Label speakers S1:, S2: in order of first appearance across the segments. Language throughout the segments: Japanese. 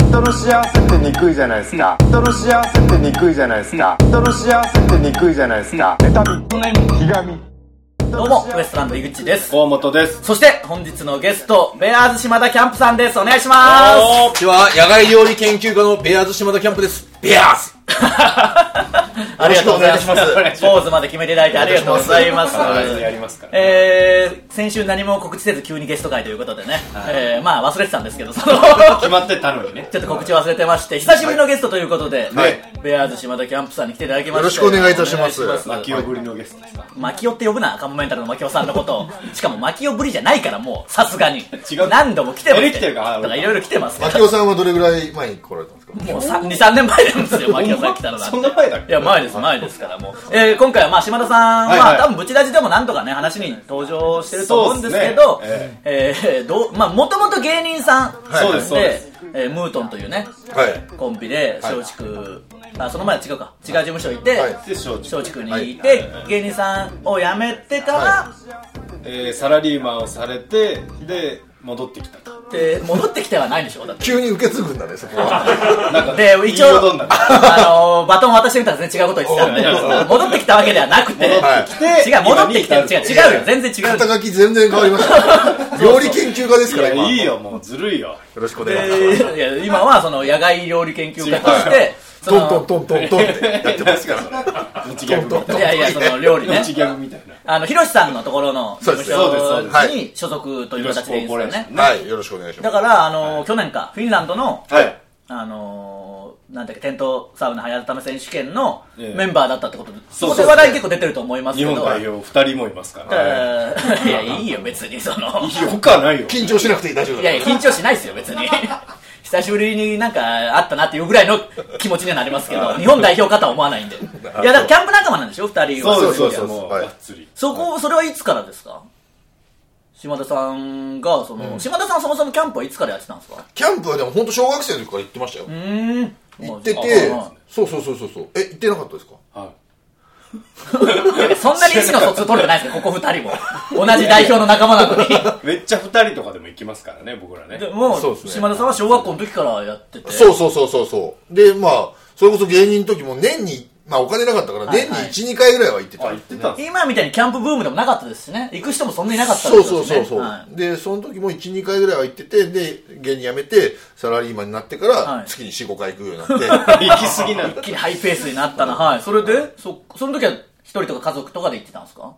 S1: 人の幸せってにくいじゃないですか人の幸せってにくいじゃないですか人の幸せってにくいじゃないですか妬みひがみ
S2: どうも、ウエストランド井口です。
S3: 河本です。
S2: そして、本日のゲスト、ベアーズ島田キャンプさんです。お願いしま
S3: こんにちは、野外料理研究家のベアーズ島田キャンプです。ベアーズ
S2: す。ありがとうございます。ポ
S3: よろしくお願いします
S2: ーズまで決めていただいてありがとうございます
S3: はい、やりますから。
S2: えー、先週何も告知せず急にゲスト会ということでね、えー、まあ忘れてたんですけど、その
S3: 決まってたのにね。
S2: ちょっと告知忘れてまして、久しぶりのゲストということで、
S4: はい
S2: ベアーズ島田キャンプさんに来ていただきまして
S4: よろしくお願いいたします
S2: お願いし
S3: 泣きをぶりのゲストですか
S2: マキオって呼ぶな、カモメンタルのマキオさんのことを。しかもマキオぶりじゃないから、もう、さすがに。
S3: 違う
S2: 何度も来てます
S3: え来てるか
S2: とかいろいろ来てますから
S4: 牧。尾さんはどれぐらい前に来られたんですか
S2: もうさ2、3年前なんです よ、マキオさん来たのが。
S3: そんな前だっけ
S2: いや、前です、前ですから、もう。 えー、今回は、まあ、島田さんは、
S3: はいはい
S2: 多分、ブチラジでもなんとかね、話に登場してると思うんですけど、
S3: そうですね
S2: えーどう、まあ、もともと芸人さんで、
S3: そうですそうです
S2: えームートンというね、
S4: はい。
S2: コンビで、松竹、あ、その前は違うか、違う事務所いて、
S4: はい
S3: で、小中。
S2: 松竹にいて、芸人さんを辞めてから、
S4: は
S3: えー、サラリーマンをされて、で、戻ってきたと。
S2: で戻ってきてはないんでしょだって
S4: 急に受け継ぐんだね、そこは。
S3: なんか、
S2: で一応
S3: どんな
S2: あのバトン渡してみたら全然違うこと言って たんで
S3: おう
S2: 戻ってきたわけではなくて
S3: 戻
S4: は
S3: ってきて、
S2: 違う戻ってきてる違う違うよ全然違う
S4: 肩書き全然変わりました。料理研究家です
S3: い
S4: から、
S3: や、
S4: 今。
S3: いい
S4: よ
S3: よ、もうずるいよ。
S4: ろしくお願いします。
S2: え ーいや今はその野外料理研究家としてそ
S4: トン
S2: の
S4: トントントントンってやってます から。
S3: ムチギャグみたい
S2: いやいやその料理
S3: な。
S2: ね
S3: ムチギャグみたいな。
S2: あのひろしさんのところの事務
S3: そうですそうです
S4: そう
S2: 所
S4: です
S2: に所属という形でいいんです
S3: よ
S2: よ
S3: ろしくお願いし
S2: ね
S3: ま
S4: はい、よろしくお願いしま
S2: だ
S4: す。
S2: からあの去年かフィンランドの
S3: はい。
S2: あのーなんだっけ、テントサウナ早め選手権の
S3: ええ
S2: メンバーだったってことで、そ
S3: そう
S2: こ
S3: そ
S2: で
S3: う
S2: 話題に結構出てると思いますけ
S3: 日
S2: ど、
S3: 本代表二人もいますから。
S2: え ーいや、いいよ、別に、その、い
S3: よくはないよ。
S4: 緊張しなくていい大丈夫
S2: や
S4: だ
S2: いや、緊張しないですよ、別 に。久しぶりになんかあったなっていうぐらいの気持ちにはなりますけど、日本代表かとは思わないんで。いや、だからキャンプ仲間なんでしょ、二人は。
S3: そうです、そうです、
S4: そうそうそう
S3: もう、
S4: はい
S3: がっつり。
S2: そこ、それはいつからですか島田さんが、その、島田さんはそもそもキャンプはいつからやってたんですか
S4: キャンプはでも本当小学生の時から行ってましたよ。
S2: うーん。
S4: 行って
S2: あ
S4: て
S2: ああ、
S4: そうそうそうそうそう。え、行ってなかったですか
S3: はい
S2: やそんなに意思の疎通取れてないですか、ここ二人も。 同じ代表の仲間なのに。
S3: い。めっちゃ二人とかでも行きますからね、僕らね
S2: で。も
S4: そうですね
S2: 島田さんは小学校の時からやってて。
S4: そうそうそうそうそう。で、まあ、それこそ芸人の時も年に、まあお金なかったから
S2: はい
S4: 年
S2: はい
S4: に1、2回ぐらいは行ってた
S3: あ、行。ってたんです
S2: 今みたいにキャンプブームでもなかったですしね。行く人もそんなにいなかった
S4: そ
S2: で
S4: う
S2: す
S4: そうそうそう、
S2: はい
S4: でその時も12回ぐらいは行っててで芸人辞めてサラリーマンになってから、
S2: はい
S4: 月に45回行くようになって
S3: 行き過ぎなんだ
S2: 一気にハイペースになったな。はい。それで、そ、その時は一人とか家族とかで行ってたんですか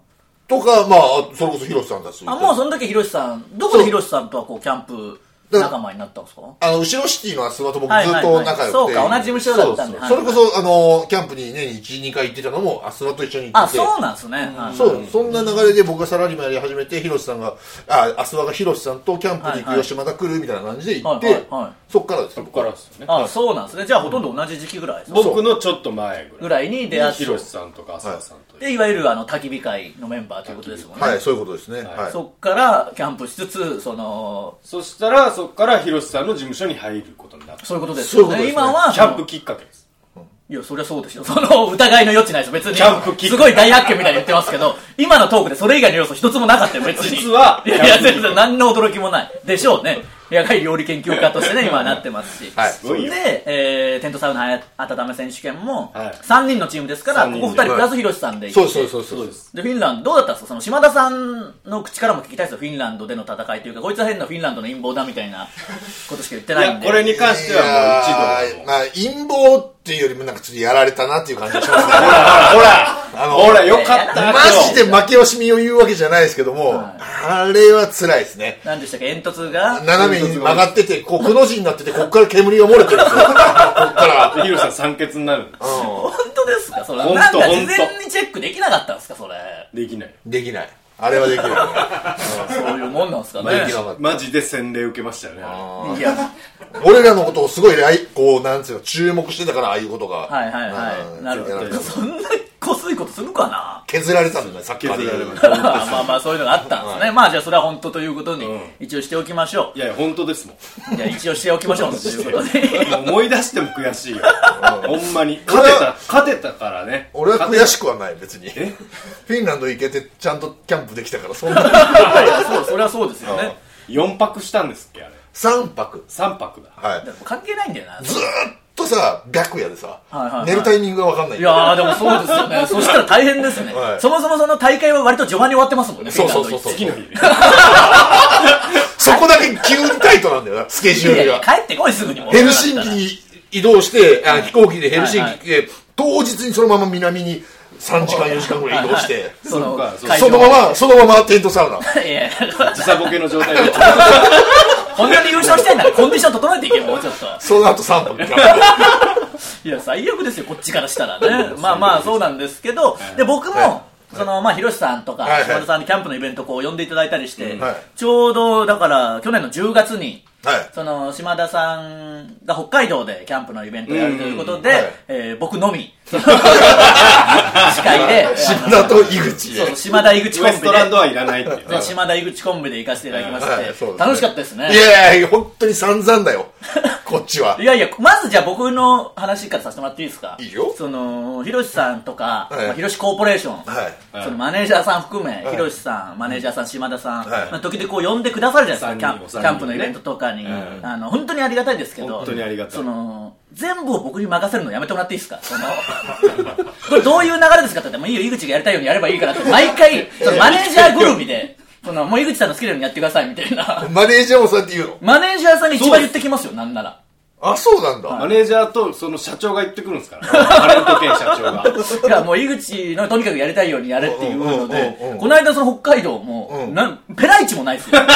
S4: とかまあそれこそ広瀬さんたちと行
S2: あ、
S4: って
S2: もうその時ひろしさん、どこでひろしさんとはこう、キャンプ仲間になったんですか
S4: あの後ろシティのあすばと僕ず
S2: はいはいは
S4: っ
S2: い
S4: と仲良くて、
S2: そうか同じ事務所だったんで
S4: そう
S2: はい
S4: そうそれこそあのキャンプに年に12回行ってたのもあすばと一緒に行
S2: あ、
S4: ってて
S2: そうなんですね。はい
S4: そうそんな流れで僕がサラリーマンやり始めて広瀬さんがああすばが広瀬さんとキャンプに行
S2: は
S4: く
S2: いは
S4: よ
S2: い
S4: しまた来るみたいな感じで行って、
S2: はいはいはい
S4: そっからです
S3: そ
S4: よ
S3: こからですよね。
S2: あ、そうなんですね。じゃあほとんど同じ時期ぐらいですか
S3: 僕のちょっと前ぐ
S2: ぐ
S3: らい
S2: らいに出会っ
S3: ひ
S2: て
S3: ろしさんとか浅田さんと
S2: で、いわゆるあの、焚き火会のメンバーということですもんね。
S4: はいそういうことですね、はい
S2: そっからキャンプしつつ、その、
S3: そしたらそこからひろしさんの事務所に入ることになったキ
S2: そういうことですよね。
S4: そういうことですね
S2: 今は、
S3: ャンプきっかけです
S2: いや、そりゃそうでしょ。その、疑いの余地ないです別に。
S3: キャンプキック
S2: すごい大発見みたいに言ってますけど、今のトークでそれ以外の要素一つもなかったよ、別に。
S3: 実はい
S2: やいや、
S3: キャンプキッ
S2: 全
S3: ク
S2: 然何の驚きもない。でしょうね。野外料理研究家としてね、今はなってますし。
S4: はい
S3: すごいよ
S2: で、えー、テントサウナ温め選手権も、
S3: はい
S2: 3人のチームですから、
S3: 三
S2: こ
S3: 人
S2: こ2人プラスヒロシさんで行って
S4: そうそうそうそう
S3: です
S2: で、フィンランド、どうだったんですかその、島田さんの口からも聞きたいですよ、フィンランドでの戦いというか、こいつは変なフィンランドの陰謀だみたいなことしか言って
S3: い
S2: ないん
S3: や
S2: で。
S3: これに関してはもう
S4: いや
S3: 一
S4: ー
S3: 度
S4: まあ、陰謀っていうよりもなんかちょっとやられたなっていう感じがしますね。
S3: ほら
S4: あの
S3: ほらよかった
S4: マジで負け惜しみを言うわけじゃないですけども、あれは辛いですね。
S2: なんでしたっけ煙突が、
S4: 斜めに曲がってて、こう、くの字になってて、こっから煙が漏れてるんですよ。こっから。
S3: でひろしさん酸欠になるんで
S2: 本当ですかそれ
S3: 本当
S2: なんか事
S3: 本当
S2: 前にチェックできなかったんですかそれ
S3: できない
S4: できない。あれはできない。
S2: そういうもんなんですかね
S4: できなかった。
S3: マジで洗礼受けましたよねあ
S2: いや
S4: 俺らのことをすごい、あいこう、なんつうの、注目してたから、ああいうことが。
S2: はいはいはいなるほ
S4: やられ
S2: ど
S4: た
S2: そんなこすいことするかな
S4: 削られたんだね、サッカーで
S3: 削られまし
S4: 言う。
S2: まあまあまあそういうのがあったんですね、まあじゃあそれは本当ということに
S3: うん
S2: 一応しておきましょ
S3: れいやいや本当ですもん
S2: う、じゃあ一応しておきましょうということで
S3: もう思い出しても悔しいよほんまに勝
S4: 俺
S3: て
S4: は
S3: た勝てたからね
S4: 俺は悔しくはない、別に。
S3: え
S4: フィンランド行けて、ちゃんとキャンプできたから、そんな。
S2: いやいやそうそれはそうですよね
S3: 4泊したんですっけあれ
S4: 3泊
S3: 3泊だ
S4: はい
S2: でも関係ないんだよな
S4: ずーっとさ白夜でさ、
S2: はいはいはい
S4: 寝るタイミングが分かんない
S2: いやーでもそうですよねそしたら大変ですね、
S4: はい
S2: そもそもその大会は割と序盤に終わってますもんね
S4: そうそうそう
S2: フ
S4: そう
S2: ィンランド行って
S3: 次の日
S4: そこだけ急にタイトなんだよなスケジュール
S2: いやい
S4: が
S2: や帰ってこいすぐにもう
S4: ヘルシンキに移動して、あ飛行機でヘルシンキ来て、当日にそのまま南に3時間4時間ぐらい移動して、
S2: その
S3: そっかそう
S2: 会場
S4: そのまま、そのままテントサウナ。
S2: いや
S3: 時差ボケの状態で
S2: 本当に優勝してんならコンディション整えていけよもうちょっと
S4: その後3泊。
S2: いや最悪ですよこっちからしたらね まあまあそうなんですけどで僕もそのまあ広瀬さんとか
S4: はいはい
S2: 島田さんにキャンプのイベントこう呼んでいただいたりして
S4: んはい
S2: ちょうどだから去年の10月に
S4: はい。
S2: その島田さんが北海道でキャンプのイベントをやるということ
S4: うんうんうんは
S2: で
S4: い
S2: えー僕の み司会で
S4: 島田と井口
S2: そ
S4: で
S2: う。島田井口
S3: ウ
S2: コン
S3: エ
S2: ビ
S3: ストランド
S2: で
S3: はいらないっていう
S2: そう島田井口コンビで行かせていただきま
S4: はいはい
S2: し
S4: そうで
S2: て
S4: すね
S2: 楽しかったですね。
S4: いやいや、本当に散々だよ。こっちはい
S2: やいや、まずじゃあ僕の話からさせてもらっていいですか
S4: いいよ
S2: その、ひろしさんとか、
S4: はい
S2: まあ、ひろしコーポレーション、
S4: はい。
S3: はい
S2: そのマネージャーさん含め、ひろしさん、マネージャーさん、島田さん、
S4: はい
S2: まあ、時々こう呼んでくださるじゃないですか、キャン
S3: 三
S2: プキャンプ
S3: 人も三人もね
S2: のイベントとかに、
S3: うん
S2: あの、本当にありがたいですけど、
S3: 本当にありがたい
S2: その、全部を僕に任せるのやめてもらっていいですかその、 これどういう流れですかって言ってもういいよ、井口がやりたいようにやればいいからって、毎回、そのマネージャーぐるみで、その、もう井口さんの好きなようにやってくださいみたい な。
S4: マネージャーもそうやって言うの。
S2: マネージャーさんが一番言ってきますよ、なんなら。
S4: あ、そうなんだ。
S3: マネージャーとその社長が言ってくるんですからタレント兼社長が
S2: いやもう井口のとにかくやりたいようにやれっていうので
S4: うんうんうんうん
S2: この間その北海道も
S4: うん
S2: なんペライチもないですよ ゼロ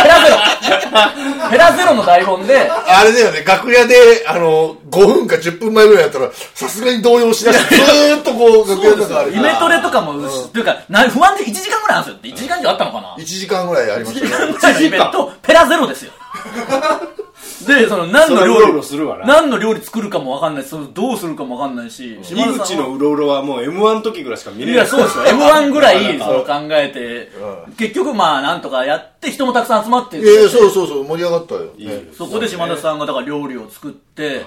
S2: ペラゼロ ペラゼロの台本で
S4: あれだよね、楽屋で、あの、5分か10分前ぐらいやったら、さすがに動揺しだして、ずーっとこう、楽屋の中あれ
S2: イメトレとかもというかな不安で1時間ぐらいあるんですよ1時間以上あったのかな
S4: 1時間ぐらいありましたね。
S2: 1時間のイベントペラゼロ ですよでその何の
S3: それうろ
S2: 料
S3: うろ
S2: 理
S3: するわな
S2: 何の料理作るかもわかんないしそのどうするかもわかんないし
S3: 井
S2: 島田さんは
S3: 口のうろうろはもう m 1の時ぐらいしか見
S2: い
S3: れな
S2: や、
S3: い
S2: そうですよ。M1 ぐ らい、
S3: な
S2: そ
S3: かな
S2: の考えて、結局まあ、なんとかやって、人もたくさん集まって
S4: いやいや、そうそうそう、盛り上がったよ。ね
S3: か
S2: そこで島田さんが、だから料理を作って、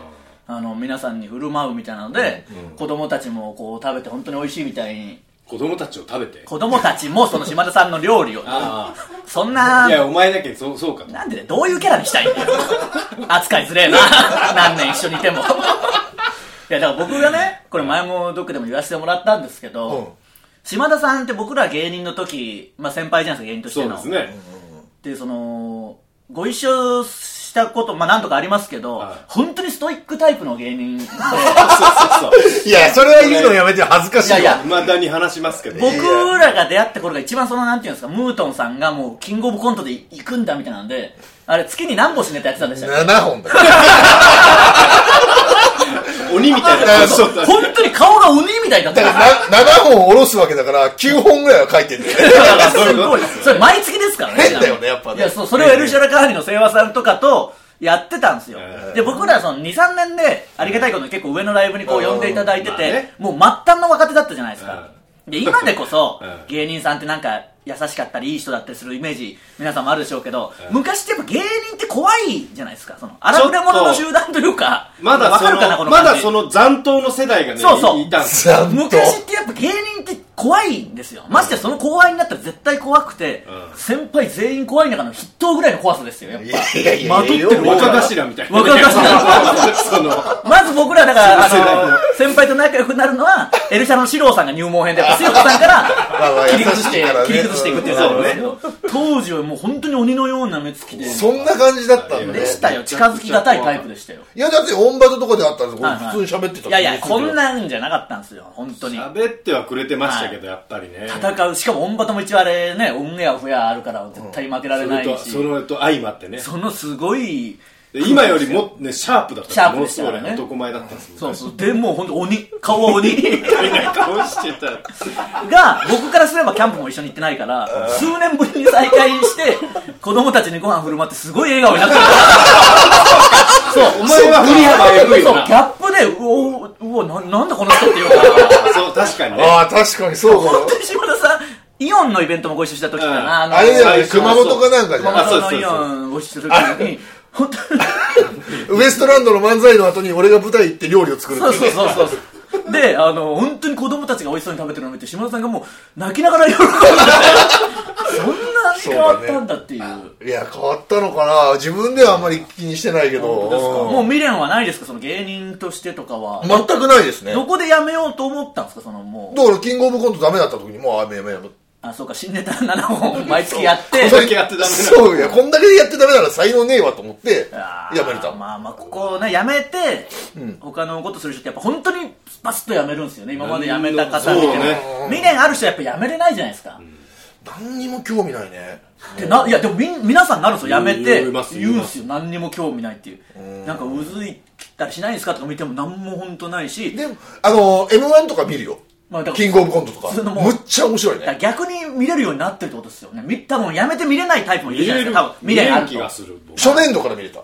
S2: あの、皆さんに振る舞うみたいなので、子供たちもこう食べて本当に美味しいみたいに、
S3: 子供たちを食べて
S2: 子供たちもその島田さんの料理を、
S3: あ
S2: そん
S3: あいや
S2: な、
S3: お前だけそうそうかと
S2: なんでね、どういうキャラにしたいん だよ。扱いずれえな。何年一緒にいても。いや、だから僕がね、これ前もどっかでも言わせてもらったんですけど、
S4: うん
S2: 島田さんって僕ら芸人の時、まあ、先輩じゃないですか芸人として
S3: そう
S2: の
S3: ですね
S2: でそのご一緒したこと、まあ、何とかありますけど、
S3: はい
S2: 本当にストイックタイプの芸 人で
S3: そうそうそう
S4: いや、それは言うのやめて恥ずかしいわ。
S2: いやいや
S3: いまだに話しますけど
S2: 僕らが出会った頃が一番そのなんていうんですかムートンさんがもうキングオブコントで行くんだみたいなんであれ月に何本しネタやってたんでしたっ
S4: 7本だから。
S3: 鬼 みたいなそう
S2: け本当に顔が鬼みたいだった
S4: だ
S2: か
S4: かららな7本下ろすわけだから、9本ぐらいは書いてるんだよね。
S2: すごいそれ毎月ですからね
S4: 変だよねやっぱね
S2: いやそうそれをエルシャラカーニの清和さんとかとやってたんですよ、
S3: え
S2: で僕らその23年でありがたいことに結構上のライブにこう呼んでいただいて
S3: まあ
S2: て
S3: ね、
S2: もう末端の若手だったじゃないですか、で今でこそ
S3: うん
S2: 芸人さんってなんか優しかったりいい人だったりするイメージ皆さんもあるでしょうけど、昔ってやっぱ芸人って怖いじゃないですかその荒ぶれ者の集団というか
S3: まだ
S2: わ
S3: そ
S2: かる
S3: の
S2: かなこの
S3: ま
S2: 感じ
S3: だその残党の世代がね
S2: そうそう
S3: いたんですよ
S4: ちゃんと。
S2: 昔ってやっぱ芸人って怖いんですよましてやその後輩になったら絶対怖くて、
S3: うん
S2: 先輩全員怖い中の筆頭ぐらいの怖さですよやっ
S4: いやいやいや、
S2: まとってるわ
S3: 若頭みたいな
S2: 若頭
S3: その
S2: ぱまず僕らだからあ
S3: その世代の
S2: の先輩と仲良くなるのはエルシャの四郎さんが入門編でやっぱ剛さんから
S4: まあまあ
S2: 切り崩して
S4: 優しいからね
S2: 切り崩していくっていうのがあるんですけど当時はもう本当に鬼のような目つきで
S4: そんな感じだったんだ
S2: で
S4: よ。
S2: したよ近づきがたいタイプでしたよ
S4: いや、だってオンバトとかであったんです
S2: はいはい
S4: 普通に喋ってた
S2: いやいやこん。なんじゃなかったんですよ本当に
S3: 喋ってはくれてましたけどやっぱりね
S2: 戦うしかもオンバトも一応あれねオンエアフェアあるから絶対負けられないし、
S3: それとそれと相まってね
S2: そのすごい
S3: で今よりもねシャープだった
S2: シャープで
S3: も
S2: し
S3: す
S2: た
S3: ご
S2: か
S3: い
S2: らね
S3: 男前だったんです
S2: そうそうでもう本当鬼顔は鬼
S3: みたいな顔してた
S2: が僕からすればキャンプも一緒に行ってないから数年ぶりに再会して子供たちにご飯振る舞ってすごい笑顔になってる
S3: そうお前は振り幅エグい
S2: そう
S3: な
S2: ギャップでうおうおななんだこの人っていうか
S3: そう確かにね
S4: ああ、確かにそう
S2: 本当
S4: か。
S2: に島田さんイオンのイベントもご一緒した時か
S3: うん
S2: な、の
S4: あれだよね、
S3: 最初
S4: 熊
S3: は
S4: 本かなんかじ
S2: 熊
S4: ゃん
S3: あそう
S2: 本
S3: そ
S2: の
S3: うそう
S2: イオンご一緒した時に本当に
S4: ウエストランドの漫才の後に俺が舞台行って料理を作るって
S2: そう
S4: いう
S2: そうそうそうそうであの本当に子供たちが美味しそうに食べてるのを見て島田さんがもう泣きながら喜んでてそんなに変わったんだっていう。
S4: いや変わったのかな自分ではあんまり気にしてないけど
S3: 本当ですか
S2: もう未練はないですかその芸人としてとかは。
S4: うん全くないですね
S2: どこでやめようと思ったんですかそのもう。
S4: だからキングオブコントダメだった時にもうあやめやめやめ
S2: あ、そうか、新ネタ7本毎月やって。
S3: そうだけやってダメな
S4: そういやこんだけでやってダメなら才能ねえわと思って
S2: あー
S4: やめれた
S2: まあまあここをねやめて、他のことする人ってやっぱ本当にパスッとやめるんですよね今までやめた方みたいな、
S3: そ
S2: 未練ある人はやっぱやめれないじゃないですか、
S4: 何にも興味ないね
S2: ってないやでもみん皆さんなるんですよやめて
S3: 言
S2: 言
S3: います
S2: うんですよ何にも興味ないっていうなんかうずいたりしないですかとか見ても何も本当ないし
S4: でもあの m 1とか見るよ
S2: まあだから
S4: キングオブコントとか
S2: 普通のもん
S4: むっちゃ面白
S2: だ
S4: い
S2: から
S4: ね
S2: 逆に見れるようになってるってことですよねみ多分やめて見れないタイプもいるじゃないで
S3: れる
S2: すか多分未
S3: 見れ
S2: 練ある
S3: る
S2: と
S3: 気がする僕
S4: 初年度から見れた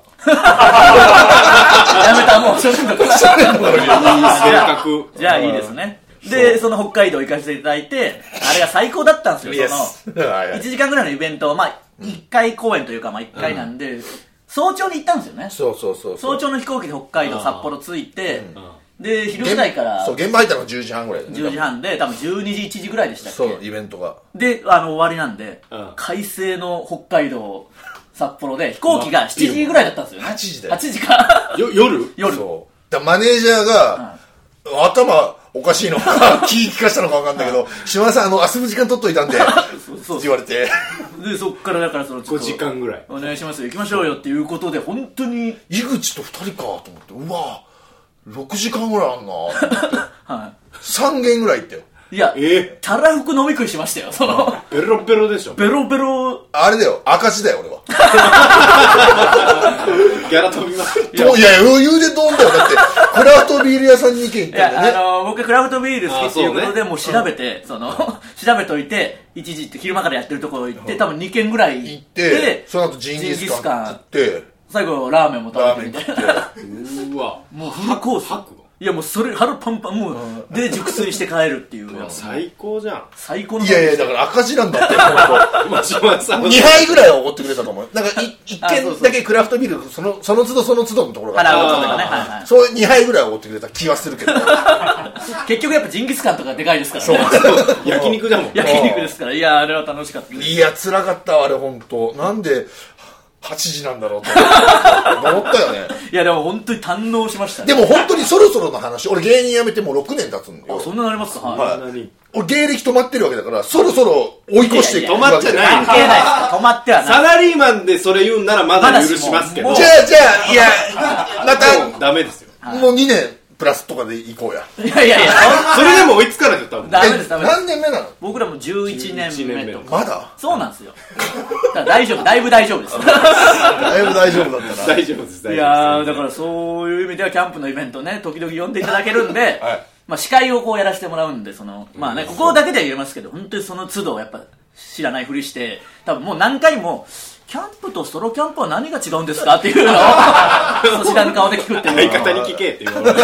S2: やめたもうそれとか
S3: いい性格
S2: じゃあいいですね。で、その北海道行かせていただいて、あれが最高だったんですよ、そ
S4: Yes はいは
S2: の。1
S4: い
S2: 時間ぐらいのイベント、まあ、1回公演というか、まあ1回なんで、早朝に行ったんですよね。
S4: そうそうそうそ
S2: 早
S4: う
S2: 朝の飛行機で北海道、札幌着いて、で、昼ぐらいから
S4: そう現場入ったの10時半ぐらいだね
S2: 10時半で、多分12時、1時ぐらいでしたっ
S4: そう
S2: け。
S4: イベントが
S2: で、あの、終わりなんで
S3: うん、
S2: 快晴の北海道、札幌で、飛行機が7時ぐらいだったんですよね。
S4: 8時だよ
S2: 8時 か。
S3: よ夜
S2: 夜。
S4: そうだからマネージャーが、頭おかしいのか 気ぃ利かしたのか分かんない けど島田さんあの遊ぶ時間取っといたん で
S2: そう
S4: って言われて
S2: で、そっからだから、その、
S3: 5時間ぐらい
S2: お願いしますよ行きましょうよっていうことで本当に
S4: 井口と2人かと思ってうわ6時間ぐらいあ んな
S2: は
S4: 3軒ぐらい行ったよ
S2: いいや
S3: え
S2: たらふく飲み食いしましたよその
S3: ベロベロでしょ
S2: ベロベロ
S4: あれだよ赤字だよ俺は
S3: ギャラ飛びます
S4: いやいや余裕でどんだよだってクラフトビール屋さんに意見行っ
S2: い
S4: たんだよ
S2: や
S4: ね
S2: あの僕クラフトビール好きっていうこ
S3: あそ
S2: と
S3: うね
S2: でもう調べてその 調べといて一時って昼間からやってるところ行って多分2軒ぐらい
S4: 行
S2: 行
S4: っ
S2: って
S4: てその後ジンギスカン食って
S2: 最後ラーメンも
S4: ラ
S2: 食
S4: ー
S2: べて
S4: メン
S2: みた
S4: 食
S2: い
S4: って
S2: な
S3: うわ
S2: もうフルコース
S3: 吐くの
S2: いやもうそれ腹パンパンもうで熟睡して帰るっていう
S3: 最高じゃん
S2: 最高の
S4: いやいやだから赤字なんだって本当
S3: まあ島田さんは
S4: 2杯ぐらいはおごってくれたと思うなんか い1
S2: あそう
S4: 軒
S2: そう
S4: だけクラフトビールそのその都度その都度のところが
S2: から
S4: あ
S2: と
S4: っ
S2: かね
S4: た
S2: はい
S4: か
S2: はい
S4: らそう2杯ぐらいはおごってくれた気はするけ ど
S2: 結局やっぱジンギスカンとかでかいですからね
S3: 焼肉だもん
S2: 焼肉ですからいやあれは楽しかったです
S4: いや辛かったわあれ本当なんで8時なんだろうと思ったよね
S2: いやでも本当に堪能しましたね
S4: でも本当にそろそろの話俺芸人辞めてもう6年経つんだ
S2: あそ
S4: よ
S2: んななりますかはい
S4: は
S3: そんなに
S4: 俺芸歴止まってるわけだからそろそろ追い越していく
S3: いやいや止まってな
S2: 関
S3: い
S2: 係ないですから止まってはない
S3: サラリーマンでそれ言うんならまだ許しますけど
S2: ま
S3: も
S2: だ
S4: じゃあじゃあいやま
S3: う
S4: た
S3: ダメですよ
S4: もう2年プラスとかで行こうや
S2: いやいやいや
S3: それでも追いつかないと多分
S2: ダメです
S4: え
S2: ダメです
S4: 何年目なの
S2: 僕らも11年目と
S3: 11年
S2: か
S4: まだ
S2: そうなんですよ だから大丈夫だいぶ大丈夫です
S4: だいぶ大丈夫だったな
S3: 大丈夫です
S2: い
S3: 大
S2: やー
S3: 丈夫
S2: だ
S3: です
S2: からそういう意味ではキャンプのイベントね時々呼んでいただけるん で、
S4: はい
S2: まあ、司会をこうやらせてもらうんでそのまあねここだけでは言えますけど本当にその都度やっぱ知らないふりして多分もう何回もキャンプとソロキャンプは何が違うんですかっていうのを そう知らぬ顔で聞くっていうのを
S3: 相方に聞けって言われて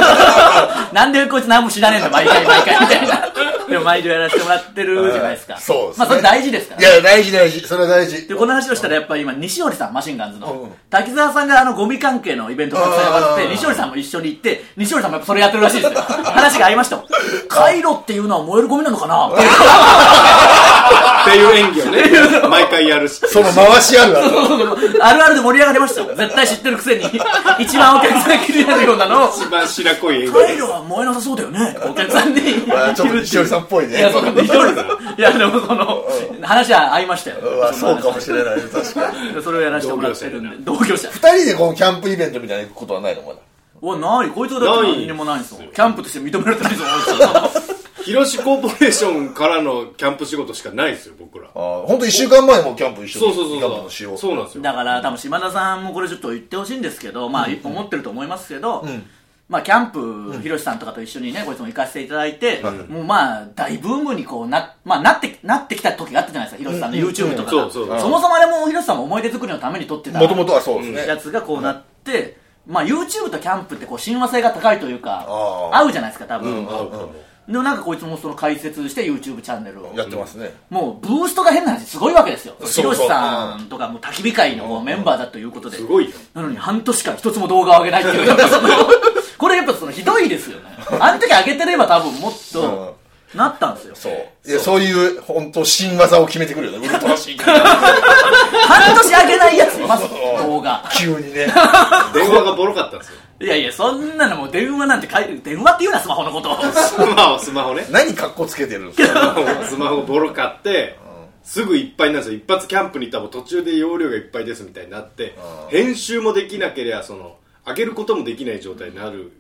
S2: なんでこいつ何も知らねえんだ、毎回毎回みたいな。でも毎度やらせてもらってるじゃないですか。
S4: そうですね
S2: まあそれ大事ですから
S4: い
S2: ね。
S4: や大事大事それは大事
S2: で、この話をしたらやっぱり今、西織さん、マシンガンズ
S4: う
S2: の
S4: ん。
S2: 滝沢さんがあの、ゴミ関係のイベントをたくさんやって
S4: うん
S2: て、西織さんも一緒に行って、西織さんもやっぱそれやってるらしいです よ。話が合いましたもん。カイロっていうのは 燃えるゴミなのかなっていう
S3: っていう演技をね毎回やるし
S4: その回しあるある
S2: あるあるで盛り上がりましたよ。絶対知ってるくせ に、一番お客さんが気になるようなのを。
S3: 一番白濃い演 技
S2: カイロは燃えなさそうだよね。お客さんに。
S4: あ ちょっとしおりさんっぽい
S2: い
S4: ね
S2: や、そう西織さん。いや、でもその、話は合いましたよ。
S4: うわそうかもしれない確かに
S2: でそれをやらせてもらってるんで同業者
S4: 2人でこのキャンプイベントみたいな行くことはないのまだ
S2: おないこいつはだって何にもないんですよキャンプとして認められてないんですよ
S3: 広島コーポレーションからのキャンプ仕事しかないですよ僕ら
S4: あー本当1週間前もキャンプ一緒
S3: そう
S4: に
S3: そう
S4: キャンプ
S3: そ
S4: の
S3: う
S4: し
S3: そ
S4: よ
S3: う
S4: う
S3: そうなんですよ
S2: だから多分島田さんもこれちょっと言ってほしいんですけどまあ一本持ってると思いますけど、まあ、キャンプ、ひろしさんとかと一緒にね、こいつも行かせていただいて、もうまあ、大ブームにこうな、まあ、なって、なってきた時があったじゃないですか、ひろしさんの YouTube とかが、
S3: うんそうそう
S2: そもそもあれもひろしさんも思い出作りのために撮ってた
S4: もともとはそうですね、
S2: やつがこうなって、まあ、YouTube とキャンプってこう親和性が高いというか
S4: あー
S2: 合うじゃないですか多分、
S3: 合うかも
S2: でもなんかこいつもその解説して YouTube チャンネルを
S4: やってますね、
S2: もうブーストが変な話すごいわけですよ
S4: そう
S2: ひ
S4: そう
S2: ろしさんとかもう焚き火会のこうメンバーだということです
S3: ごいよ
S2: なのに半年間一つも動画を上げない っていうそのこれやっぱそのひどいですよねあの時上げてれば多分もっと
S4: う
S2: なったんですよ。
S4: そういやそういう本当新技を決めてくるよねウルトラシーン
S2: 半年あげないやついます動画。
S4: 急にね
S3: 電話がボロかったんですよ。
S2: いやいや、そんなのもう電話なんてかい、電話って言うな、スマホのこと。
S3: スマホ、スマホね。
S4: 何格好つけてるんですか
S3: スマホボロ買って、すぐいっぱいになるんですよ一発キャンプに行ったらもう途中で容量がいっぱいですみたいになって編集もできなければその上げることもできない状態になる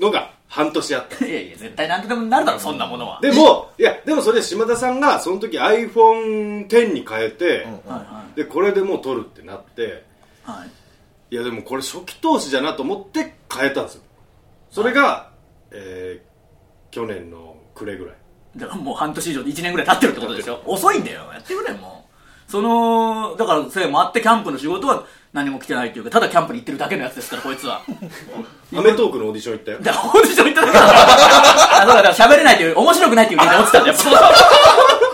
S3: のが半年あった
S2: いやいや、絶対なんとでもなるだろ、そんなものは。
S3: でもいやでもそれで島田さんがその時 iPhone10 に変えて、
S2: はいは
S3: でこれでもう撮るってなって
S2: い。はい。
S3: いやでもこれ初期投資じゃなと思って変えたんですよそれが、えー去年の暮れぐらい
S2: だからもう半年以上で1年ぐらい経ってるってことでしょ遅いんだよやってくれよもうそのだからそれもあってキャンプの仕事は何も来てないというかただキャンプに行ってるだけのやつですからこいつは
S3: アメトークのオーディション行ったよ
S2: だからオーディション行っただけだからあだから喋れないという面白くないという理由で落ちたんだよ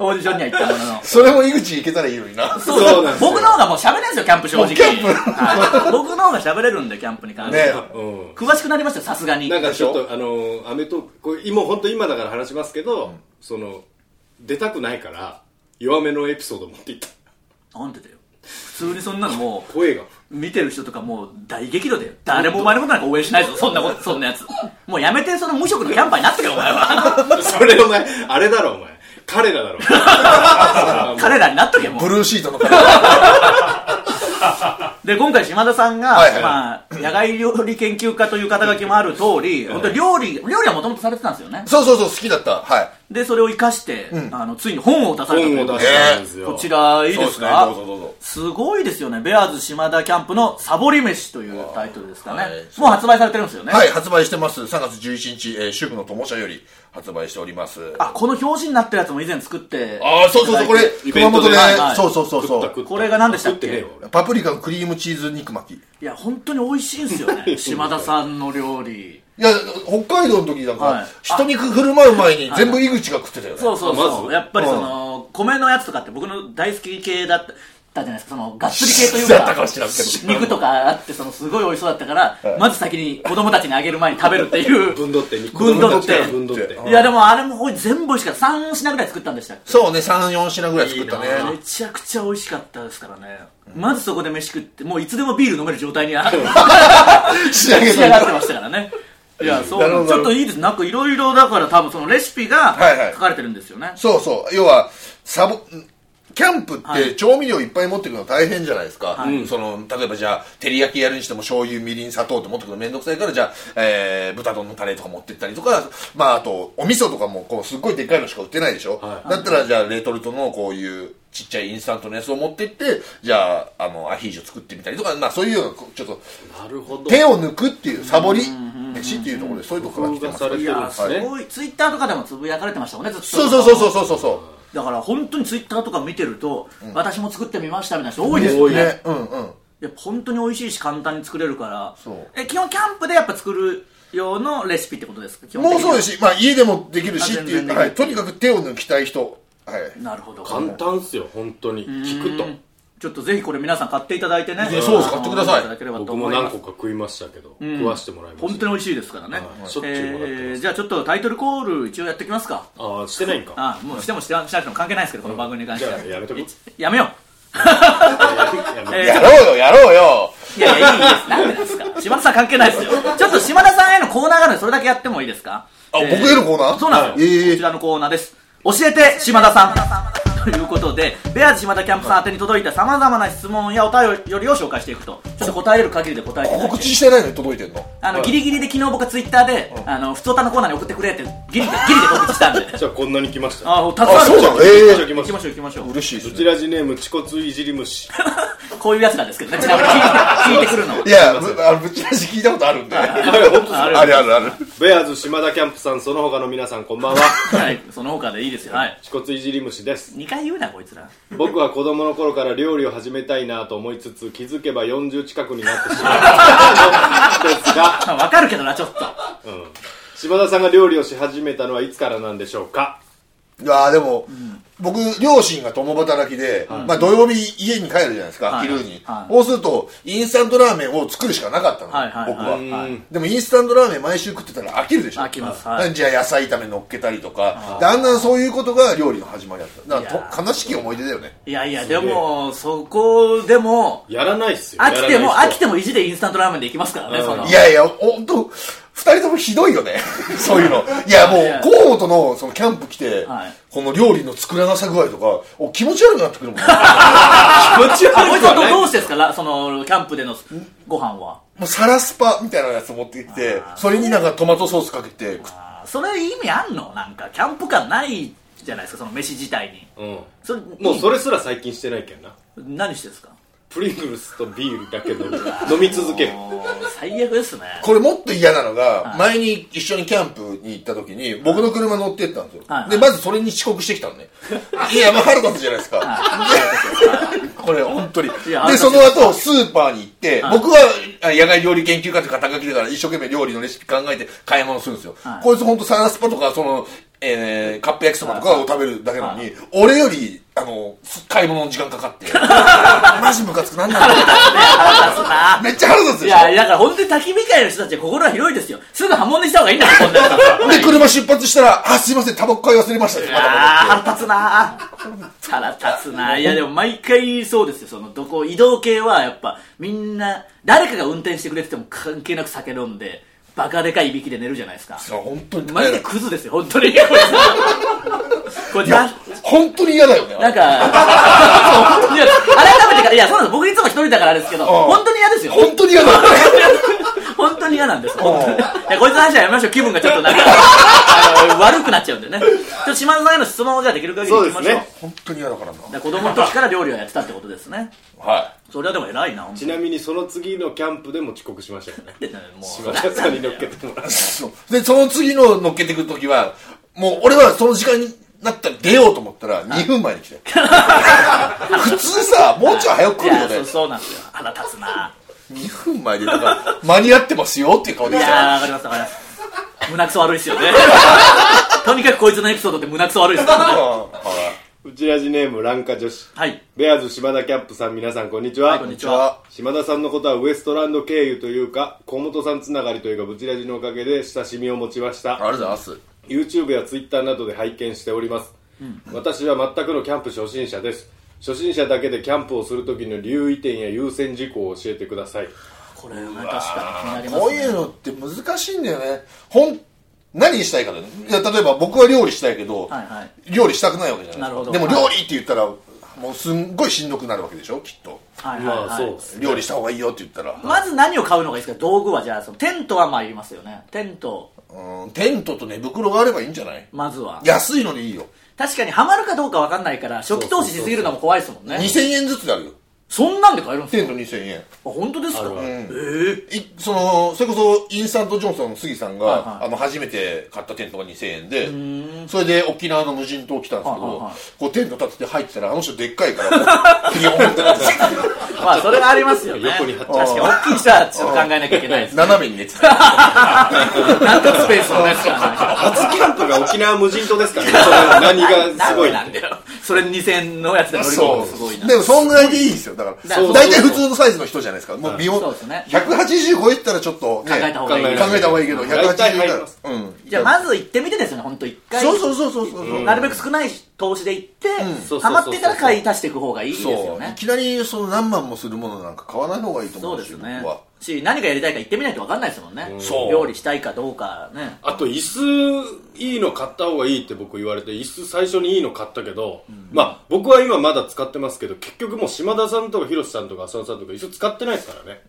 S2: オーディションには行ったものの
S4: それも井口行けたらいいのにな
S2: そう
S3: そうなんですよ
S2: 僕の方がもう喋れんすよキャンプ正直
S4: キャンプ
S2: はい僕の方が喋れるんでキャンプに関しては、
S4: ね
S3: うん
S2: 詳しくなりましたよさすがに
S3: なんかちょっとあのアメトークこれ今本当今だから話しますけど、その出たくないから弱めのエピソード持っていった
S2: なんでだよ普通にそんなのもう
S3: 声が
S2: 見てる人とかもう大激怒だよ誰もお前のことなんか応援しないぞそんなことそんなやつもうやめてその無職のキャンパーになってけお前は
S3: それお前あれだろお前彼らだろ
S2: 彼らになっとけも
S4: ブ
S2: う
S4: ルーシートの方
S2: で今回島田さんが、
S4: はいはい
S2: まあ、野外料理研究家という肩書きもある通り本当に料理料理はもともとされてたんですよね
S4: そうそうそう好きだったはい
S2: でそれを生かして、あのついに本を出 されたとい
S3: 本
S2: う
S3: を
S2: こ
S3: 出したんですよ、
S2: とでこちらいいですか
S4: そうですねどうぞどうぞ
S2: すごいですよねベアーズ島田キャンプのサボり飯というタイトルですかね、
S4: はい
S2: もう発売されてるんですよね、
S4: はい発売してます3月11日、えー、主婦の友社より発売しております
S2: あこの表紙になったやつも以前作って
S4: あーそうそうそうこれ
S3: イベ
S4: 熊
S3: ント
S4: 本
S3: で
S4: で
S2: はいはい
S4: そうそうそうそ
S3: 食った食
S4: う
S3: った
S2: これが何でしたっけ
S3: 食ってねえわ
S4: パプリカのクリームチーズ肉巻きい
S2: いや本当に美味しいんですよ ね島田さんの料理
S4: や北海道の時なんか、
S2: はい
S4: 人に振る舞う前に全部井口が食ってたよね
S2: そうそうそう、
S3: まず
S2: やっぱりその、米のやつとかって僕の大好き系だったじゃないですかそのがっつり系というか
S4: だったかもしれないけど
S2: 肉とかあってそのすごい美味しそうだったから、まず先に子供たちにあげる前に食べるっていう
S3: 分取って
S2: 分取って
S3: 分取って
S2: いやでもあれも全部美味しかった3品ぐらい作ったんでしたっけ
S4: そうね34品ぐらい作ったね
S2: めちゃくちゃ美味しかったですからね、まずそこで飯食ってもういつでもビール飲める状態にあ
S4: 仕上げ
S2: 仕上がって
S4: た
S2: ましたからね。いや、そ
S4: なるほ
S2: う、
S4: ど
S2: ちょっといいです。なんかいろいろだから多分そのレシピが
S4: はいはい
S2: 書かれてるんですよね。
S4: そうそう要はサボキャンプっ
S2: は
S4: て
S2: い
S4: 調味料いっぱい持ってくの大変じゃないですか、
S2: はい
S4: その例えばじゃあ照り焼きやるにしても醤油みりん砂糖って持ってくの面倒くさいからじゃあ、えー豚丼のタレとか持ってったりとか、まあ、あとお味噌とかもこうすっごいでっかいのしか売ってないでしょ、だったらじゃあレトルトのこういうちっちゃいインスタントのやつを持ってってじゃああのアヒージョ作ってみたりとか、まあ、そういうようなこうちょっと
S3: なるほど
S4: 手を抜くっていうサボり飯っていうところでそういうところが来てます
S3: 工夫がさ
S2: い
S3: れて
S2: や、
S3: る
S2: すごい。ツイッターとかでもつぶやかれてましたもんね、ずっと。
S4: そうそうそうそうそうそう
S2: だから本当にツイッターとか見てると、私も作ってみましたみたいな人多いです
S3: 多
S2: よ
S3: い
S2: ね。
S4: ねうんうん
S2: いや、本当に美味しいし簡単に作れるから
S4: そう。
S2: え、基本キャンプでやっぱ作る用のレシピってことですか基本的
S4: もう
S2: には
S4: そうですし、まあ、家でもできるしってい
S2: あ全然
S4: う、
S2: できる
S4: はい、とにかく手を抜きたい人、はい、
S2: なるほど。
S3: 簡単っすよ本当に聞くと
S2: ちょっとぜひこれ皆さん買っていただいてね。
S4: ねそうです買ってください
S2: あの飲んでたければと
S3: 僕
S2: 思
S3: も
S2: います
S3: 何個か食いましたけど、食わしてもらいま
S2: 本
S3: し
S2: 当
S3: た
S2: に美味しいですからね、
S3: はいしょっちゅうもらってます
S2: えーじゃあちょっとタイトルコール一応やっておきますか
S3: ああしてないんか
S2: あもうしてもしてなくても関係ないですけどこの番組に関し
S3: じ
S2: て
S3: ゃ
S2: は、
S3: あやめとこう
S2: やめよ
S3: や
S2: う、
S3: め
S2: えー
S4: やろうよやろうよ
S2: いやいやいいですなんでですか島田さん関係ない ですよちょっと島田さんへのコーナーがあるのでそれだけやってもいいですか
S4: あ僕へのコーナー
S2: そうなんですよ、
S4: はいええ
S2: こちらのコーナーです教えて島田さんということでベアーズ島田キャンプさん宛てに届いたさまざまな質問やお便りを紹介していくとちょっと答えれる限りで答えていただいて
S4: 告知してないのに届いてんの
S2: あの、ギリギリで昨日僕ツイッターで、あの、ふつおたのコーナーに送ってくれって、ギリで、ギリで告知したんで。
S3: じゃあこんなに来ました
S2: あ、たくさん
S4: あ
S2: ある
S4: そうなのええ
S3: 来
S2: 行
S3: まし
S2: き
S3: た
S2: ましょう行きましょう。
S4: 嬉しいです
S3: うち
S4: ね。
S3: らじネーム恥骨いじり虫
S2: こういうやつなんですけどね、ちなみに聞いて聞いてくるのはい
S4: やぶあのぶっちらし聞いたことあるんであ
S2: あ
S4: るあるある
S3: ベアーズ島田キャンプさんその他の皆さんこんばんは
S2: はい、その他でいいですよ。はい。
S3: 恥骨いじり虫です
S2: 2回言うな、こいつら。
S3: 僕は子供の頃から料理を始めたいなと思いつつ気づけば40近くになってしまったのですが、
S2: わかるけどな、ちょっと。
S3: うん、島田さんが料理をし始めたのはいつからなんでしょうか
S4: いやーでも、僕両親が共働きで、まあ、土曜日家に帰るじゃないですか、
S2: はい
S4: 昼に、
S2: はい
S4: そうするとインスタントラーメンを作るしかなかったの、
S2: はいはい
S4: 僕は、
S2: はいはい
S4: でもインスタントラーメン毎週食ってたら飽きるでしょ
S2: 飽きますはい
S4: じゃあ野菜炒め乗っけたりとかだんだんそういうことが料理の始まりだっただ
S2: い
S4: か
S2: や
S4: らと悲しき思い出だよね
S2: いやいやでもそこでも
S3: やらないっすよ
S2: 飽きても飽き
S3: て
S2: ても意地でインスタントラーメンでいきますからね
S3: うん
S2: その
S4: いやいや本当二人ともひどいよね そういうのいやも
S2: いや
S4: う河本のそのキャンプ来て、
S2: はい
S4: この料理の作らなさ具合とかお気持ち悪くなってくる もんね
S3: 気持ち
S2: あこ
S3: 悪
S2: いつ
S3: くは
S2: はど
S3: な
S2: う
S3: い
S2: どうしてですかラそのキャンプでのご飯は
S4: もうサラスパみたいなやつ持ってきてそれになんかトマトソースかけて食っ
S2: あーそれ意味あんのなんかキャンプ感ないじゃないですかその飯自体に
S3: う
S2: それ
S3: んもうそ
S2: れ
S3: れすら最近してないけんな
S2: 何してですか
S3: プリングルスとビールだけ飲む飲み続ける
S2: もう最悪ですね
S4: これもっと嫌なのが前に一緒にキャンプに行った時に僕の車乗ってったんですよ
S2: はい
S4: でまずそれに遅刻してきた のねいやまあ腹立つじゃないですかこれ本当にで
S2: いやあの
S4: その後スーパーに行って僕はあ野外料理研究家って肩書きだから一生懸命料理のレシピ考えて買い物するんですよ、
S2: はい
S4: こいつ本当サラスパとかその、えーカップ焼きそばとかを食べるだけなのに、俺よりあのす買い物の時間かかってマジムカつくなんなんだろう
S2: 腹立つな
S4: めっちゃ腹立つ
S2: い
S4: でしょ
S2: や、だから本当に焚き火会の人たちは心は広いですよ。すぐ破門にした方がいいんだよ、こんなやつだったら
S4: で、車出発したら、あ、すいません、タバコ買い忘れましたってまた戻って
S2: あー腹立つな腹立つないやでも毎回そうですよそのどこ移動系はやっぱみんな誰かが運転してくれてても関係なく酒飲んでバカでかいいびきで寝るじゃないですか
S4: そう本当に
S2: マ
S4: 大
S2: ジ
S4: 変
S2: で
S4: だ
S2: クズですよ本当にこれこれだ
S4: 本当に嫌だよね。
S2: なんか そういや改めてかいやそうなんです僕いつも一人だからですけど本当に嫌ですよ
S4: 本当に嫌だよね。
S2: 本当に嫌なんです
S4: ん
S2: 本当にいやこいつの話はやめましょう気分がちょっとなんかあの悪くなっちゃうんでねちょっと島田さんへの質問をじゃあできる限りいきましょう
S3: そうですね
S4: 本当に嫌だからな。
S2: だから子供の時から料理をやってたってことですね
S4: は
S2: それはでも偉いな本当
S3: ち
S2: に
S3: なみにその次のキャンプでも遅刻しましたよね
S2: でも
S3: 柴田さんに乗っけ てもらう
S4: い。そうで、その次の乗っけてくるときは、もう俺はその時間になったら出ようと思ったら、2分前に来て。 普通さ、もうちょい早く
S2: い
S4: 来る
S2: や
S4: よね
S2: そう。そうなんですよ腹立つな
S4: 2分前で、だから、間に合ってますよっていう顔
S2: い
S4: で来た
S2: やーわかりますわかります胸くそ悪いっすよねとにかくこいつのエピソードって胸くそ悪いっすよ
S4: うん
S2: ね
S4: ほら
S3: うちらじネームランカ女子
S2: はい
S3: ベアーズ島田キャップさん皆さんこんにちは、
S2: はいこんにち
S4: じゃ
S2: は
S4: あ、
S3: 島田さんのことはウエストランド経由というか小本さんつながりというかブチラジのおかげで親しみを持ちまし
S4: あ
S3: た
S4: りがとうございます。
S3: YouTube や Twitter などで拝見しております、私は全くのキャンプ初心者です初心者だけでキャンプをする時の留意点や優先事項を教えてください
S2: これは確かに気になります
S4: こういうのって難しいんだよね。ほん、何したいかだよね。いや、例えば僕は料理したいけど、
S2: はいはい
S4: 料理したくないわけじゃない
S2: なるほど
S4: でも料理って言ったら、もうすんごいしんどくなるわけでしょ、きっと。
S2: はいはい
S3: まあ
S2: は
S3: そう
S2: い
S3: です
S4: 料理した方がいいよって言ったら。
S2: まず何を買うのがいいですか道具はじゃあそのテントはまあいりますよねテント
S4: うん、テントと寝袋があればいいんじゃない
S2: まずは
S4: 安いのでいいよ。
S2: 確かにハマるかどうかわかんないから初期投資しすぎるのも怖いですもんね
S4: 2000円ずつであるよ。
S2: そんなんで買えるんです
S4: テ
S2: か
S4: ント2000円。
S2: あ本当ですか
S3: あるある
S2: ええ
S4: いそのそれこそインスタントジョンソンの杉さんが、
S2: はいはい
S4: あの初めて買ったテントが2000円でそれで沖縄の無人島来たんです
S2: はい
S4: けど、
S2: はいはい
S4: こうテント立てて入ってたらあの人でっか いからピヨンってなって
S2: まあそれはありますよね
S3: 横に貼っち
S2: 確かに大きい人はちょっと考えなきゃいけないですね
S4: 斜め に寝てた
S2: なんとスペースのやつから
S3: 初キャンプが沖縄無人島ですからねそれは何がすごい
S2: なんだよそれ2000のやつで乗り込む
S4: そ
S2: のすごいな
S4: うでもそんぐらいでいいんですよだから
S2: そう
S4: 大体普通のサイズの人じゃないですかもう美容
S2: そうですね
S4: 180超えてたらちょっと、ね、
S2: 考えた方がいい
S4: 考えた方がいいけど180
S3: 大体入ります
S4: からうん
S2: じゃあまず行ってみてですよね本当一回
S4: そうそうそうそうそう、
S2: なるべく少ない投資で行って
S3: そうそうそうそう
S2: ハマってたら買い足していく方がいいです
S4: そ
S2: よ
S4: うい
S2: ね
S4: きなりその何万もするものなんか買わない方がいいと思
S2: そううんで
S4: です
S2: す
S4: よ
S2: ね
S4: 僕は
S2: し何がやりたいか行ってみないと分かんないですもんね
S4: そう
S2: 料理したいかどうかね
S3: あと椅子いいの買った方がいいって僕言われて椅子最初にいいの買ったけど、まあ僕は今まだ使ってますけど結局もう島田さんとか広瀬さんとか浅野さんとか椅子使ってないですからね、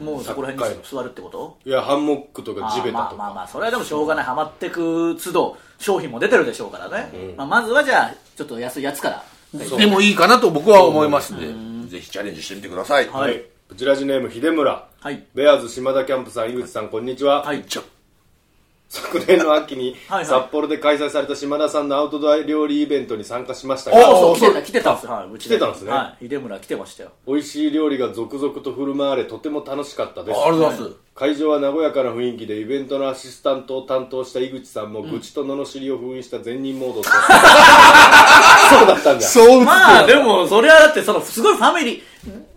S2: もうそこら辺に座るってこと
S3: いやハンモックとか
S2: あ
S3: 地べ
S2: ー
S3: た
S2: まあ
S3: と
S2: まあま
S3: か
S2: あそれはでもしょうがないハマってく都度商品も出てるでしょうからね、まあ、まずはじゃあちょっと安いやつから
S4: でもいいかなと僕は思いますんで、ぜひチャレンジしてみてください。
S2: はい
S3: ブチラジネーム秀村
S2: はい
S3: ベアーズ島田キャンプさん井口さんこんにちは、
S2: はい
S4: ちょ
S3: 昨年の秋に
S2: はいはい
S3: 札幌で開催された島田さんのアウトドア料理イベントに参加しました
S4: あ
S3: が
S4: おそう
S2: 来て
S4: そう
S2: た、来てたんです。はい、うち
S3: 来てたんですね
S2: はい、秀村来てま したよ。
S3: 美味しい料理が続々と振る舞われとても楽しかったです
S4: ありがとうございます
S3: 会場は和やかな雰囲気でイベントのアシスタントを担当した井口さんも愚痴と罵りを封印した善人モード とそうだったんだ
S4: そう
S2: まあ、でも、それはだって、その、すごいファミリ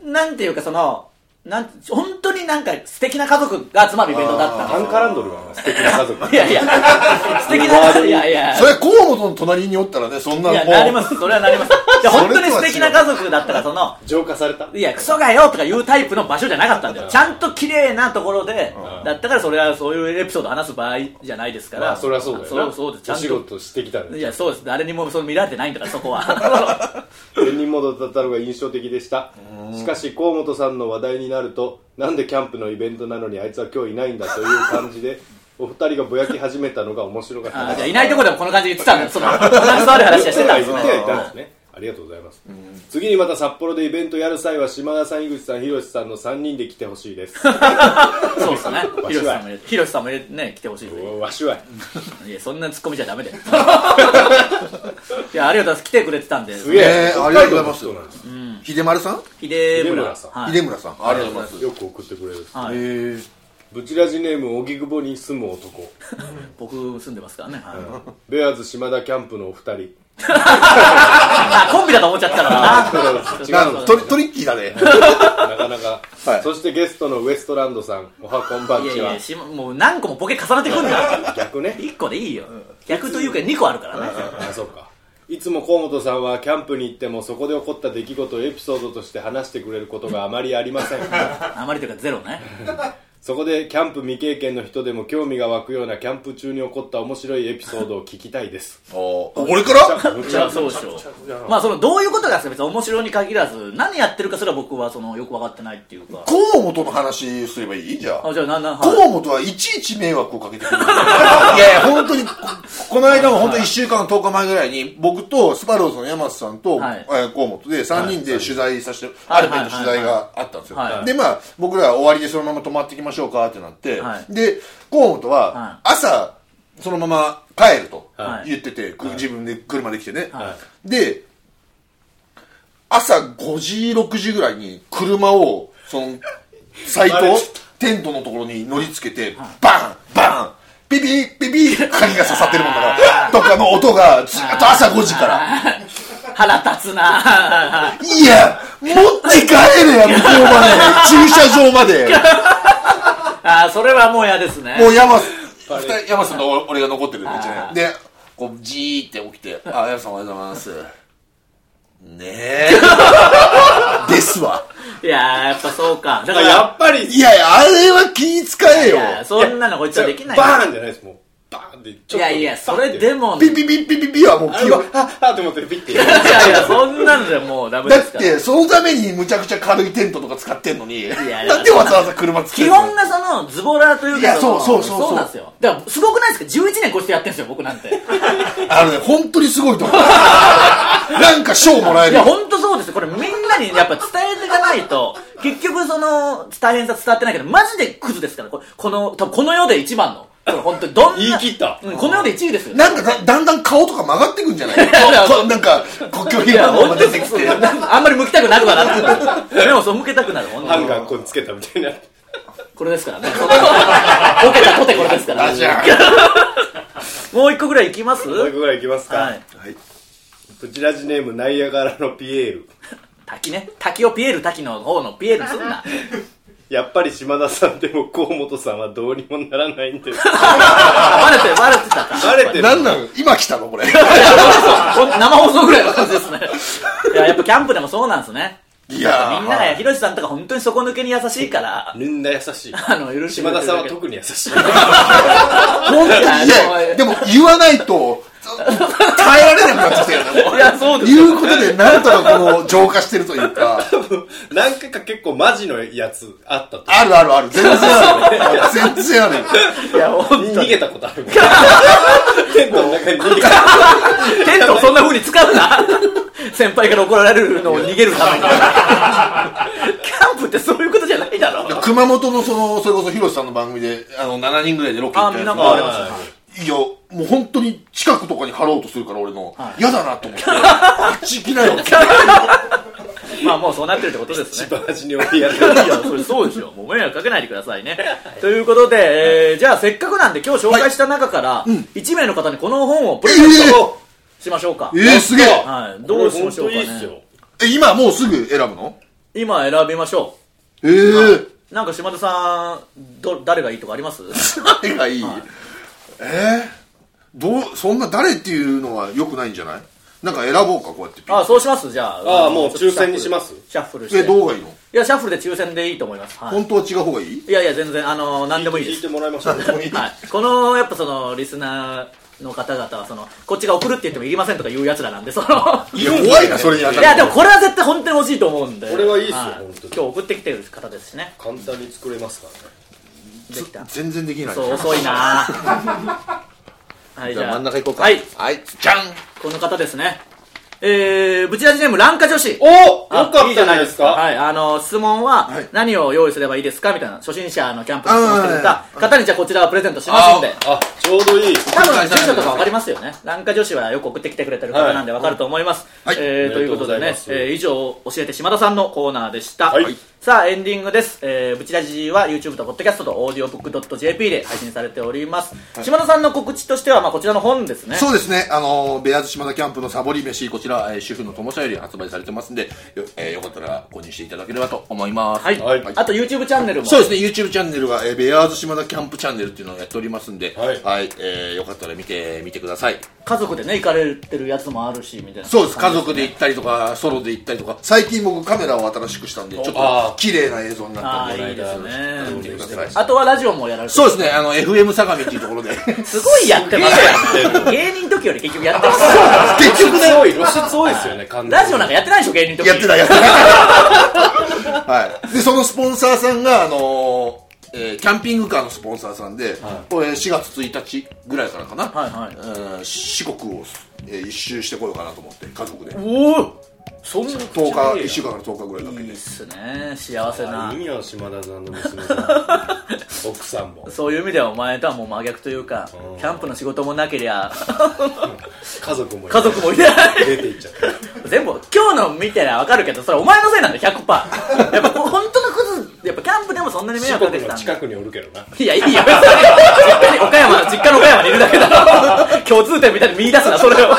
S2: ー、なんていうか、その、なん、本当になんか素敵な家族が集まるイベントだったん
S3: アンカランドルは素敵な家族
S2: です。いやいや、素敵な家族、いやいや。
S4: それ河本の隣におったらねそんないの
S2: や、
S4: もう
S2: なります。それはなります。いや、
S4: それ
S2: 本
S4: と
S2: 当
S4: は
S2: に素敵な家族だったら、その、
S3: 浄化された
S2: いや、クソがよとかいうタイプの場所じゃなかったんだよ。ちゃんと綺麗なところで、だったからそれはそういうエピソード話す場合じゃないですから。
S3: まあそれはそうだよな
S2: そうそうです。ち
S3: お
S2: ゃ
S3: 仕
S2: ん
S3: 事してきたん
S2: と。
S3: だ
S2: いや、そうです。誰にもその見られてないんだから、そこは。
S3: 善人モードだったのが印象的でしたしかし河本さんの話題になるとなんでキャンプのイベントなのにあいつは今日いないんだという感じでお二人がぼやき始めたのが面白かった
S2: あ
S3: で
S2: ー
S3: す
S2: じゃあいないところでもこの感じで言ってたんだよ。その、鼻くそ悪い話はしてたんです ね
S3: 言っ。てはいたんですねありがとうございます、次にまた札幌でイベントやる際は島田さん井口さん広瀬さんの3人で来てほしいです
S2: そうですね。
S3: わ
S2: ヒロ
S3: し
S2: シ
S3: は
S2: さんも入れて、ヒロシさんも入れてね、来てほしいです。
S3: わしはい
S2: や、そんなツッコミじゃダメだよ。 いや、ありがとうございます。来てくれてたんで。
S3: すげえ、
S4: ねえありがとうございます
S3: 北海道の人なんです
S4: 秀丸さん
S2: 秀
S3: 秀
S2: 村
S3: 村さん
S2: はい
S4: 秀村さんありがとうございます
S3: よく送ってくれる
S2: はい
S4: へえ
S3: ブチラジネーム荻窪に住む男
S2: 僕住んでますからね。はい
S3: ベアーズ島田キャンプのお二人
S2: あ、コンビだと思っちゃったからな。
S4: なんかトリトリッキー だね
S3: なかなか、
S4: はい
S3: そしてゲストのウエストランドさんおは こんばん
S2: いや
S3: ち
S2: い
S3: は
S2: やし、もう何個もボケ重なってくんだ。
S3: 逆ね
S2: 1個でいいよ。逆というか2個あるからね。
S3: あそうかいつも河本さんはキャンプに行ってもそこで起こった出来事をエピソードとして話してくれることがあまりありません
S2: あまりというかゼロね。
S3: そこでキャンプ未経験の人でも興味が湧くようなキャンプ中に起こった面白いエピソードを聞きたいです
S4: おー俺から
S3: む
S2: い
S3: ちゃ
S2: や、
S3: むちゃ
S2: そうでしょ。まあ、その、どういうことがですか別に面白いに限らず、何やってるかすら僕は、その、よく分かってないっていうか。
S4: 河本の話すればいいじゃあ
S2: あ、じゃあ、なんなん、はい
S4: 河本はいちいち迷惑をかけてくる。 いやいや、本当に、ここの間も本当に1週間、10日前ぐらいに、僕とスパローズの山瀬さんと、
S2: はい
S4: えー河本で3人で取材させて、
S2: は
S4: ア
S2: い
S4: ルペンの取材があったんですよ
S2: はいは。い
S4: で、まあ、僕らは終わりでそのまま泊まってきましょうかってなって
S2: は、い
S4: で、河本は
S2: は
S4: 朝、そのまま帰ると
S2: はい
S4: 言ってて、く自分で車で来てね
S2: は。
S4: で、朝5時、6時ぐらいに車を、その、サイトをテントのところに乗り付けて、バンバンピピッピピッ鍵が刺さってるもんだから、とかの音がずっと朝5時から、
S2: 腹立つな
S4: いや、持って帰れや、向こうまで、駐車場まで、
S2: あ、それはもう嫌ですね。
S4: もう山瀬、二人山瀬さんと俺が残ってる道ね。で、こう、じーって起き て、あ、山瀬さんおはようございます。ね え。ですわ。
S2: いやー、やっぱそうか。だ
S3: あ
S2: から、
S3: やっぱり
S4: いやいや、あれは気使え
S2: い
S4: よ。
S2: や、そんなのこいつはできないよ。
S3: バーンじゃないですもうバーンってち
S2: いやいや、それで
S3: も
S2: も、
S4: ピピピピピピはもう
S3: あ
S4: 気
S3: れは
S4: は。
S3: ああって思ってピッ て
S2: いやいや、そんなんじゃもうダメ
S4: だ
S2: で
S4: っ
S2: すから。
S4: て、そのためにむちゃくちゃ軽いテントとか使ってんのに、
S2: や
S4: なんでわざわざ車つけ
S2: 基
S4: る
S2: 本がそのズボラというか
S4: いや
S2: の
S4: そうそうそうそう
S2: なんですよだからすごくないですか11年こうしてやってるんですよ僕なんてい
S4: あのね、本当にすご いと思う。なんか賞もらえる
S2: や。本当そうですよこれみんなにやっぱ伝えていかないと結局その大変さ伝わってないけどマジでクズですからこれこの多分この世で一番のこれ本当にどんな
S3: 言い切った
S2: うんこの世で一位ですよ
S4: なんかだだんだん顔とか曲がってくんじゃない
S2: や
S4: こうなんか、国境
S2: い
S4: 平
S2: や
S4: 和の方が
S2: 本当
S4: 出
S2: に
S4: てきて。
S2: あんまり向きたくなるわなって目を背けたくなる本
S3: ハ
S2: 当
S3: ン
S2: に
S3: ガーここにつけたみたいな
S2: これですからねボケたとてこれですから
S4: あ、じゃあ。
S2: もう一個ぐらいいきます
S3: もう一個ぐらいいきます
S2: は
S3: か
S2: い
S3: プチラジネームナイアガラのピエール
S2: 滝ね滝をピエール滝の方のピエールにすんな
S3: やっぱり島田さんでも河本さんはどうにもならないん です
S2: バレてるバレてた か
S3: バレてる
S4: なんなの今来たの これ。
S2: こん生放送ぐらいの感じですねいややっぱキャンプでもそうなんですね
S4: いや
S2: みんなが
S4: ー。
S2: ひろしさんとか本当に底抜けに優しいから
S3: みんな優しい
S2: あの許してく
S3: 島
S2: れて
S3: 田
S2: る
S3: さん
S2: だ
S3: は
S2: け
S3: 特に優しい
S2: 本当だ
S4: いや、でも言わないと、耐えられなくなってきたよね、もう
S2: いやそうですよ
S4: いうことで、なんとかこの浄化してるというか。
S3: 何回か結構マジのやつあったと
S4: あるあるある。全然ある。全然ある。
S2: いや本当
S3: 逃
S2: に
S3: げたことあるテントの中に逃げた
S2: テントをそんな風に使うな 先輩から怒られるのを逃げるため にキャンプってそういうことじゃないだ ろ
S4: 熊本のそのそれこそ広瀬さんの番組であの7人ぐらいでロケ行ったやつ
S2: あ見ながら
S4: がいやもう本当に近くとかに貼ろうとするから俺の嫌、だなと 思ってあっち行きなよって
S2: まあもうそうなってるってことですね
S3: 一番端に置いてやる
S2: いやそれそうですよもう迷惑かけないでくださいねということで、えーじゃあせっかくなんで今日紹介した中から1名の方にこの本をプレゼントしましょうか、
S4: えー、すげえ
S2: はい、どうしましょうか
S3: これ本当いいっす
S2: ね
S3: よ
S4: え今もうすぐ選ぶの
S2: 今選びましょ
S4: ええー、
S2: うなんか島田さんど誰がいいとかあり ます
S4: 誰がいい、えー、どうそんな誰っていうのはよくないんじゃないなんか選ぼうかこうやって
S2: あそうしますじゃあ
S3: ああもう抽選にします
S2: シャッフルし
S4: え
S2: て
S4: どうがいいの
S2: いやシャッフルで抽選でいいと思います、はい、
S4: 本当は違う方がいい
S2: いやいや全然あの何でもいいで
S3: 聞い
S2: す
S3: てもらいましょう
S2: はい、このやっぱそのリスナーの方々はそのこっちが送るって言ってもいりませんとか言うやつらなんでその
S4: いや怖いなそれに当た
S2: いやでもこれは絶対本当に欲しいと思うんで
S3: これはいいっすよ本当
S2: 今
S3: に
S2: 日送ってきてる方ですしね
S3: 簡単に作れますからね
S2: できた
S4: 全然できない
S2: そう遅 いなはい
S4: じゃあ真ん中行こうか
S2: はい
S4: はいじゃん
S2: この方ですねえー、ブチラジネームランカ女子
S3: およ
S2: あ
S3: かったじゃないですか
S2: はい、あの、質問は
S4: はい、
S2: 何を用意すればいいですかみたいな、初心者のキャンプに質問してくれた方に、じゃあこちらをプレゼントしますんで、
S3: あちょうどいい
S2: 多分、住所とかわかりますよね。ランカ女子はよく送ってきてくれてる方なんでわかると思います。
S4: はい
S2: えーということで
S3: あり
S2: ね
S3: がとうございま、す
S2: えー以上、教えて島田さんのコーナーでした。
S3: はい
S2: さあ、エンディングです。えー、ブチラジは YouTube と Podcast と audiobook.jp で配信されております。島田さんの告知としては、まあ、こちらの本ですね。
S4: そうですね、あのーベアーズ島田キャンプのサボり飯、こちら、えー主婦の友社より発売されてますんで、よ,、えーよかったら購入していただければと思います。
S2: はい。
S3: はい
S2: あと YouTube チャンネルも。
S4: そうですね、YouTube チャンネルは、えーベアーズ島田キャンプチャンネルっていうのをやっておりますんで、
S3: はい
S4: えーよかったら見てみてください。
S2: 家族でね、行かれてるやつもあるし、みたいな。
S4: そうです、家族で行ったりとか、ソロで行ったりとか、最近僕カメラを新しくしたんで、ちょっ
S3: あ
S4: と綺麗な映像にな
S2: あ
S4: ったん
S2: あ、
S4: で、
S2: いいですね
S4: 見てください。
S2: あとはラジオもやられてる
S4: そうですね、あの、FM 相模っていうところで、
S2: すごいやってますよ 芸人時より結局やってます
S4: 結局ね、
S3: 多い露出多いですよね完全に
S2: ラジオなんかやってないでしょ芸人時
S4: やってない、やって ない。はい。で、そのスポンサーさんが、あのーえーキャンピングカーのスポンサーさんで、これ4月1日ぐらいからかな、
S2: はい はい
S4: うん四国を、えー一周してこようかなと思って、家族で。
S2: おおそんな
S4: 10日、1週間から10日ぐらいかけ
S2: いい
S4: て
S2: っ。すね幸せな
S3: 意味は島田さんの娘 さん奥さんも
S2: そういう意味ではお前とはもう真逆というかキャンプの仕事もなけりゃ
S3: 家族もいない
S2: 家族もいない
S3: 出ていっちゃ った
S2: 全部今日の見てりゃ分かるけどそれお前のせいなんだ100%やっぱ本当のクズやっぱキャンプでもそんなに迷惑
S3: 四
S2: かけ
S3: 国
S2: て
S3: の
S2: たんだ
S3: 近くにおるけどない
S2: やいいよ別に岡山実家の岡山にいるだけだろ共通点みたいに見出すなそれを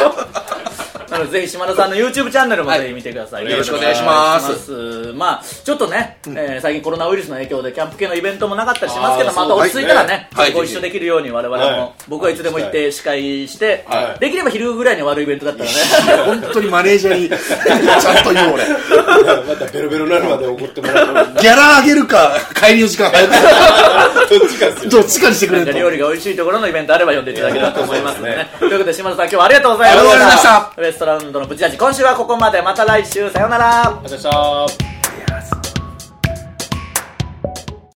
S2: なのでぜひ島田さんの YouTube チャンネルもぜひ見てください、
S3: よろしくお願いし
S4: ます
S2: まあちょっとね、えー最近コロナウイルスの影響でキャンプ系のイベントもなかったりしますけど
S3: あー
S2: また落ち着いたらね
S4: そうですねはい
S2: ご一緒できるように我々も、
S3: はい
S2: 僕はいつでも行って司会して、
S3: はい
S2: できれば昼ぐらいに終わるイベントだったらね
S4: 本当にマネージャーに、ち ゃんと言う俺。
S3: またベロベロになるまで怒っても らう
S4: ギャラ上げるか、帰りの時間早く、
S3: どっちかっすよ
S4: どっちかにしてく
S2: な
S4: れ
S2: んか
S4: ると。
S2: 料理が美味しいところのイベントあれば呼んでいただけたらと思いますね
S3: いや
S2: ということで島田さん今日はありがとうございました
S4: ありがとうございま
S2: ウエストランドのブチラジ今週はここまでまた来週さようなら
S3: ありがとうございました